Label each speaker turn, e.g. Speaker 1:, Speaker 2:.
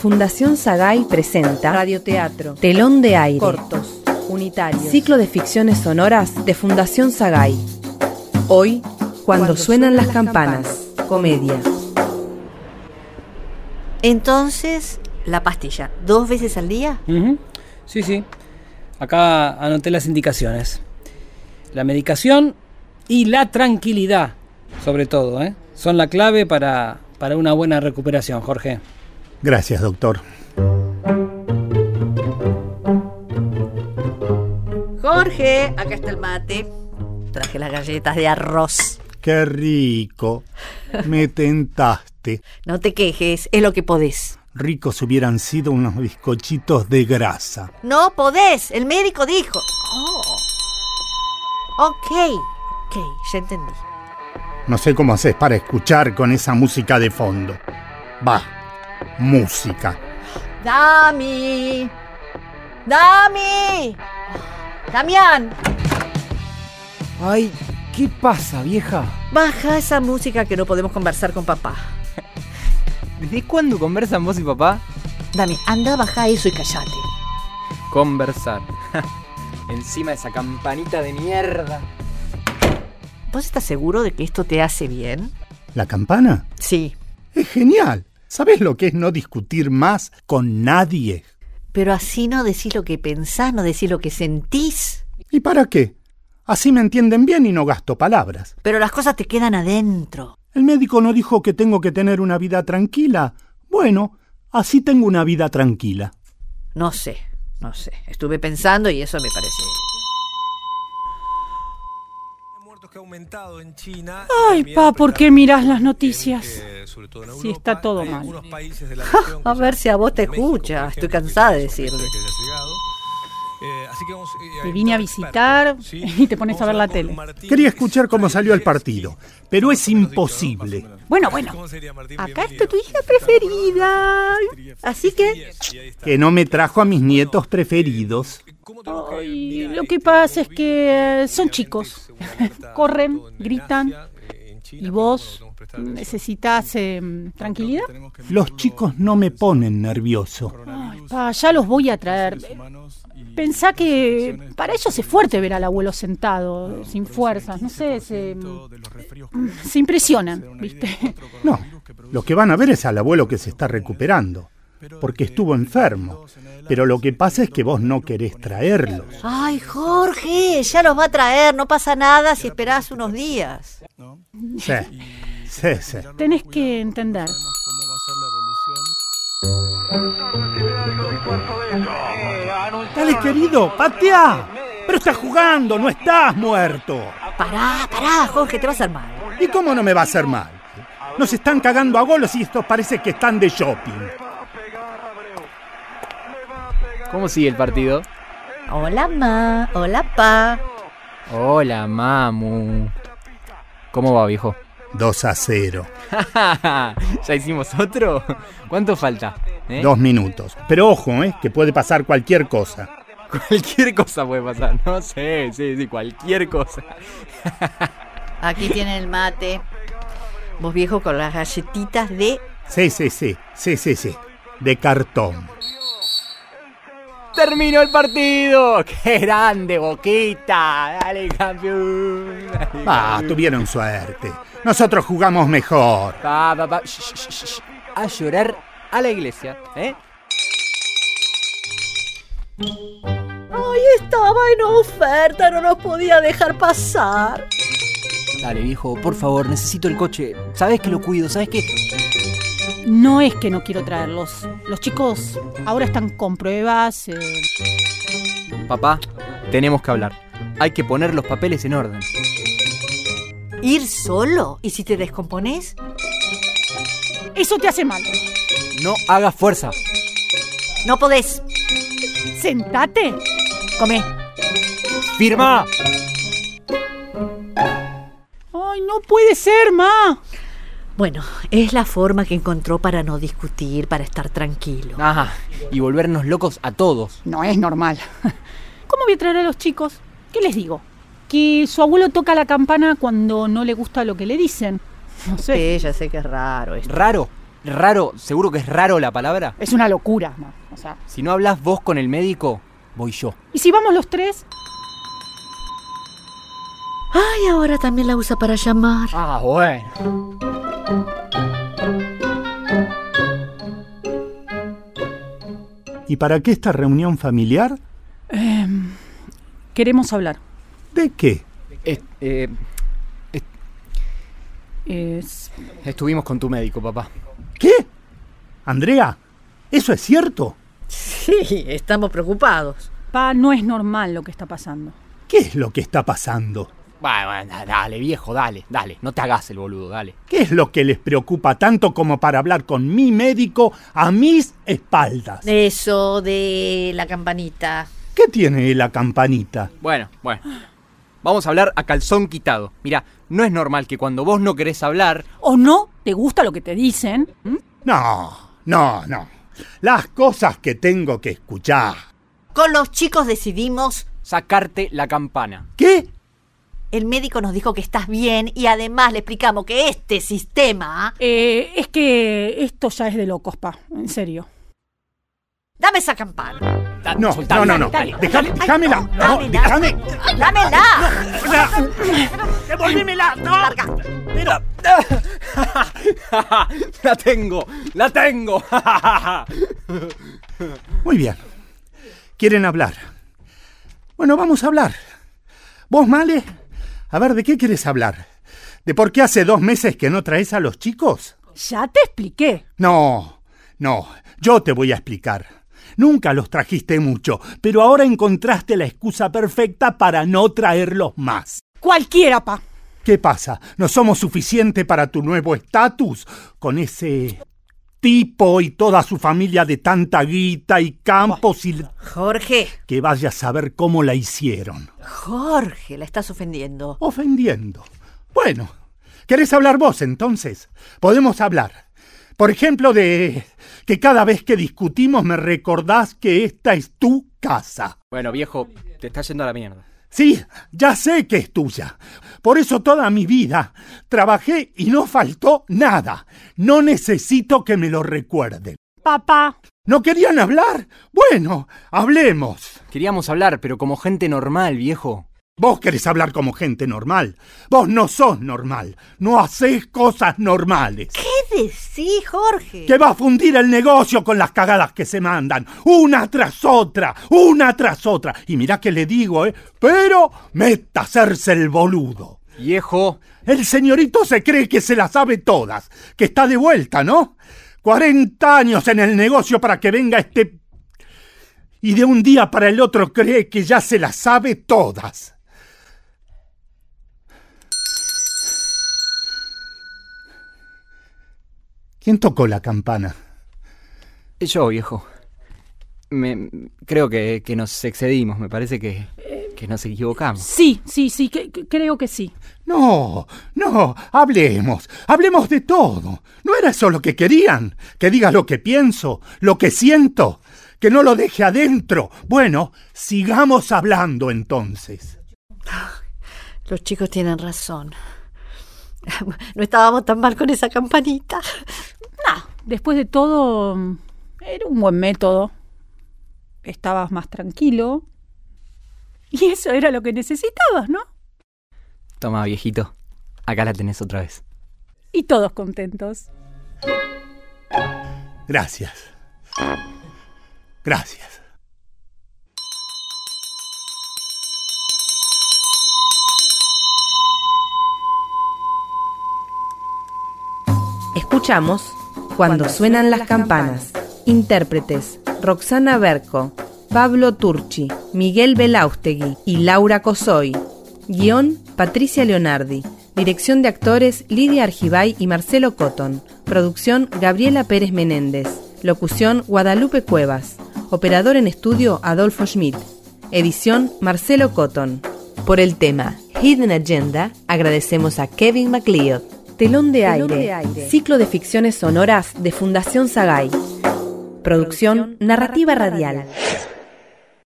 Speaker 1: Fundación Sagay presenta Radioteatro, Telón de Aire, Cortos, Unitarios, Ciclo de Ficciones Sonoras de Fundación Sagay. Hoy, Cuando, Cuando suenan, suenan las campanas, campanas, comedia.
Speaker 2: Entonces, la pastilla, ¿dos veces al día?
Speaker 3: Ujú. Sí, sí. Acá anoté las indicaciones. La medicación y la tranquilidad, sobre todo, ¿eh? son la clave para, para una buena recuperación, Jorge.
Speaker 4: Gracias, doctor.
Speaker 2: Jorge, acá está el mate. Traje las galletas de arroz.
Speaker 4: Qué rico. Me tentaste.
Speaker 2: No te quejes, es lo que podés.
Speaker 4: Ricos hubieran sido unos bizcochitos de grasa.
Speaker 2: No podés, el médico dijo. Oh. Ok, ok, ya entendí.
Speaker 4: No sé cómo haces para escuchar con esa música de fondo. Va, música.
Speaker 2: Dami. Dami. Damián.
Speaker 5: Ay, ¿qué pasa, vieja?
Speaker 2: Baja esa música que no podemos conversar con papá.
Speaker 5: ¿Desde cuándo conversan vos y papá?
Speaker 2: Dami, anda, baja eso y callate.
Speaker 5: Conversar. Encima de esa campanita de mierda.
Speaker 2: ¿Vos estás seguro de que esto te hace bien?
Speaker 4: ¿La campana?
Speaker 2: Sí,
Speaker 4: Es genial. ¿Sabes lo que es no discutir más con nadie?
Speaker 2: pero así no decís lo que pensás, no decís lo que sentís.
Speaker 4: ¿Y para qué? Así me entienden bien y no gasto palabras.
Speaker 2: Pero las cosas te quedan adentro.
Speaker 4: El médico no dijo que tengo que tener una vida tranquila. Bueno, así tengo una vida tranquila.
Speaker 2: No sé, no sé. Estuve pensando y eso me parece.
Speaker 6: muertos que ha aumentado en China.
Speaker 7: Ay, pa, ¿por qué mirás las noticias? Si está todo mal.
Speaker 2: A ver si a vos te escucha. Estoy cansada de decirle.
Speaker 7: Te vine a visitar y te pones a ver la tele.
Speaker 4: Quería escuchar cómo salió el partido, pero es imposible.
Speaker 7: Bueno, este bueno.
Speaker 2: Acá está tu hija preferida. Así que
Speaker 4: Que no me trajo a mis nietos preferidos.
Speaker 7: Ay, lo que pasa es que eh, son chicos. Corren, gritan. ¿Y vos necesitas em, tranquilidad?
Speaker 4: Los chicos no me ponen nervioso.
Speaker 7: Ay, pa, ya los voy a traer. Pensá que para ellos es fuerte ver al abuelo sentado, sin fuerzas, no sé, se, em, se impresionan, ¿viste?
Speaker 4: No, lo que van a ver es al abuelo que se está recuperando, porque estuvo enfermo. Pero lo que pasa es que vos no querés traerlos.
Speaker 2: Ay, Jorge, ya los va a traer, no pasa nada si esperás unos días.
Speaker 4: Sí, sí, sí.
Speaker 7: Tenés que entender.
Speaker 4: Dale, querido, patea. Pero estás jugando, no estás muerto.
Speaker 2: Pará, pará, Jorge, te vas a armar.
Speaker 4: ¿Y cómo no me va a hacer mal? Nos están cagando a golos y estos parece que están de shopping.
Speaker 5: ¿Cómo sigue el partido?
Speaker 2: Hola, ma. Hola, pa.
Speaker 5: Hola, mamu. ¿Cómo va, viejo?
Speaker 4: 2 a 0.
Speaker 5: ¿Ya hicimos otro? ¿Cuánto falta? ¿Eh?
Speaker 4: Dos minutos. Pero ojo, ¿eh? que puede pasar cualquier cosa.
Speaker 5: Cualquier cosa puede pasar, no sé, sí, sí, cualquier cosa.
Speaker 2: Aquí tiene el mate. Vos viejo con las galletitas de...
Speaker 4: Sí, sí, sí, sí, sí, sí. De cartón.
Speaker 5: Terminó el partido. ¡Qué grande, Boquita! Dale, campeón. Dale,
Speaker 4: Ah, tuvieron suerte. Nosotros jugamos mejor.
Speaker 5: Pa, pa, pa. Shh, shh, shh, shh. A llorar a la iglesia, ¿eh?
Speaker 2: Ay, estaba en oferta, no nos podía dejar pasar.
Speaker 5: Dale, viejo, por favor, necesito el coche. Sabes que lo cuido, sabes que.
Speaker 7: No es que no quiero traerlos. Los chicos ahora están con pruebas. eh,
Speaker 5: Papá, tenemos que hablar. Hay que poner los papeles en orden.
Speaker 2: ¿Ir solo? ¿Y si te descompones?
Speaker 7: Eso te hace mal.
Speaker 5: No hagas fuerza.
Speaker 2: No podés.
Speaker 7: Sentate.
Speaker 2: Comé.
Speaker 5: ¡Firma!
Speaker 7: Ay, no puede ser, ma.
Speaker 2: Bueno, es la forma que encontró para no discutir, para estar tranquilo.
Speaker 5: Ajá, y volvernos locos a todos.
Speaker 7: No es normal. ¿Cómo voy a traer a los chicos? ¿Qué les digo? Que su abuelo toca la campana cuando no le gusta lo que le dicen. No sé.
Speaker 2: Sí, ya sé que es raro esto.
Speaker 5: Raro. raro, seguro que es raro la palabra.
Speaker 7: Es una locura, ¿no? O sea,
Speaker 5: Si no hablas vos con el médico, voy yo.
Speaker 7: y si vamos los tres,
Speaker 8: Ay, ahora también la usa para llamar.
Speaker 5: Ah, bueno.
Speaker 4: ¿Y para qué esta reunión familiar?
Speaker 7: queremos hablar.
Speaker 4: ¿De qué?
Speaker 5: Es- eh,
Speaker 7: Es-
Speaker 5: estuvimos con tu médico, papá.
Speaker 4: ¿Qué? Andrea, ¿eso es cierto?
Speaker 8: Sí, estamos preocupados.
Speaker 7: Pa, no es normal lo que está pasando.
Speaker 4: ¿Qué es lo que está pasando?
Speaker 5: Bueno, bueno, da- dale, viejo, dale, dale. No te hagas el boludo, dale.
Speaker 4: ¿Qué es lo que les preocupa tanto como para hablar con mi médico a mis espaldas?
Speaker 2: Eh.
Speaker 8: Eso de la campanita.
Speaker 4: ¿Qué tiene la campanita?
Speaker 5: Bueno, bueno. Vamos a hablar a calzón quitado. Mira, no es normal que cuando vos no querés hablar,
Speaker 7: ¿O no te gusta lo que te dicen? ¿m?
Speaker 4: No, no, no. Las cosas que tengo que escuchar.
Speaker 2: Con los chicos decidimos,
Speaker 5: sacarte la campana.
Speaker 4: ¿Qué?
Speaker 2: el médico nos dijo que estás bien y además le explicamos que este sistema...
Speaker 7: Eh, es que esto ya es de locos, pa, en serio.
Speaker 2: Dame esa campana.
Speaker 5: Da-
Speaker 4: No,
Speaker 5: soltala,
Speaker 4: no, no, no.
Speaker 5: dale, dale.
Speaker 4: Déjame, déjamela. No,
Speaker 2: Dámela.
Speaker 4: déjame.
Speaker 2: Dámela.
Speaker 4: Devolvímela.
Speaker 2: Larga.
Speaker 5: la tengo, la tengo.
Speaker 4: Muy bien. Quieren hablar. Bueno, vamos a hablar. Vos, Male, a ver, ¿de qué quieres hablar? ¿De por qué hace dos meses que no traes a los chicos?
Speaker 7: Ya te expliqué.
Speaker 4: No, no, yo te voy a explicar. Nunca los trajiste mucho, pero ahora encontraste la excusa perfecta para no traerlos más.
Speaker 7: Cualquiera, pa.
Speaker 4: ¿Qué pasa? ¿No somos suficiente para tu nuevo estatus? Con ese tipo y toda su familia de tanta guita y campos y...
Speaker 2: Jorge.
Speaker 4: Que vaya a saber cómo la hicieron.
Speaker 2: Jorge, la estás ofendiendo.
Speaker 4: Ofendiendo. Bueno, ¿querés hablar vos entonces? Podemos hablar. Por ejemplo, de que cada vez que discutimos me recordás que esta es tu casa.
Speaker 5: bueno, viejo, te está yendo a la mierda.
Speaker 4: Sí, ya sé que es tuya. Por eso toda mi vida trabajé y no faltó nada. No necesito que me lo recuerden.
Speaker 7: Papá,
Speaker 4: ¿No querían hablar? Bueno, hablemos.
Speaker 5: Queríamos hablar, pero como gente normal, viejo.
Speaker 4: Vos querés hablar como gente normal. Vos no sos normal. No hacés cosas normales.
Speaker 2: ¿Qué decís, Jorge?
Speaker 4: Que va a fundir el negocio con las cagadas que se mandan. Una tras otra, una tras otra. Y mirá que le digo, ¿eh? Pero meta hacerse el boludo.
Speaker 5: Viejo,
Speaker 4: El señorito se cree que se las sabe todas, que está de vuelta, ¿no? 40 años en el negocio para que venga este... Y de un día para el otro cree que ya se las sabe todas. ¿Quién tocó la campana?
Speaker 5: yo, viejo. Me, creo que, que nos excedimos, me parece que, que nos equivocamos.
Speaker 7: sí, sí, sí, que- que- creo que sí.
Speaker 4: No, no, hablemos, hablemos de todo. No era eso lo que querían, que diga lo que pienso, lo que siento, que no lo deje adentro. Bueno, sigamos hablando entonces.
Speaker 8: Los chicos tienen razón.
Speaker 2: No estábamos tan mal con esa campanita.
Speaker 7: Después de todo, mm, era un buen método. Estabas más tranquilo. Y eso era lo que necesitabas, ¿no?
Speaker 5: Toma, viejito. Acá la tenés otra vez.
Speaker 7: Y todos contentos.
Speaker 4: Gracias. Gracias.
Speaker 1: Escuchamos Cuando suenan las campanas. Intérpretes Roxana Berco, Pablo Turchi, Miguel Belaustegui y Laura Cosoy. Guión Patricia Leonardi. Dirección de actores Lidia Argibay y Marcelo Cotton. Producción Gabriela Pérez Menéndez. Locución Guadalupe Cuevas. Operador en estudio Adolfo Schmidt. Edición Marcelo Cotton. Por el tema Hidden Agenda agradecemos a Kevin MacLeod. Telón de,
Speaker 8: Telón
Speaker 1: aire.
Speaker 8: de aire.
Speaker 1: Ciclo de ficciones sonoras de Fundación Sagay. Producción, Narrativa, Radial.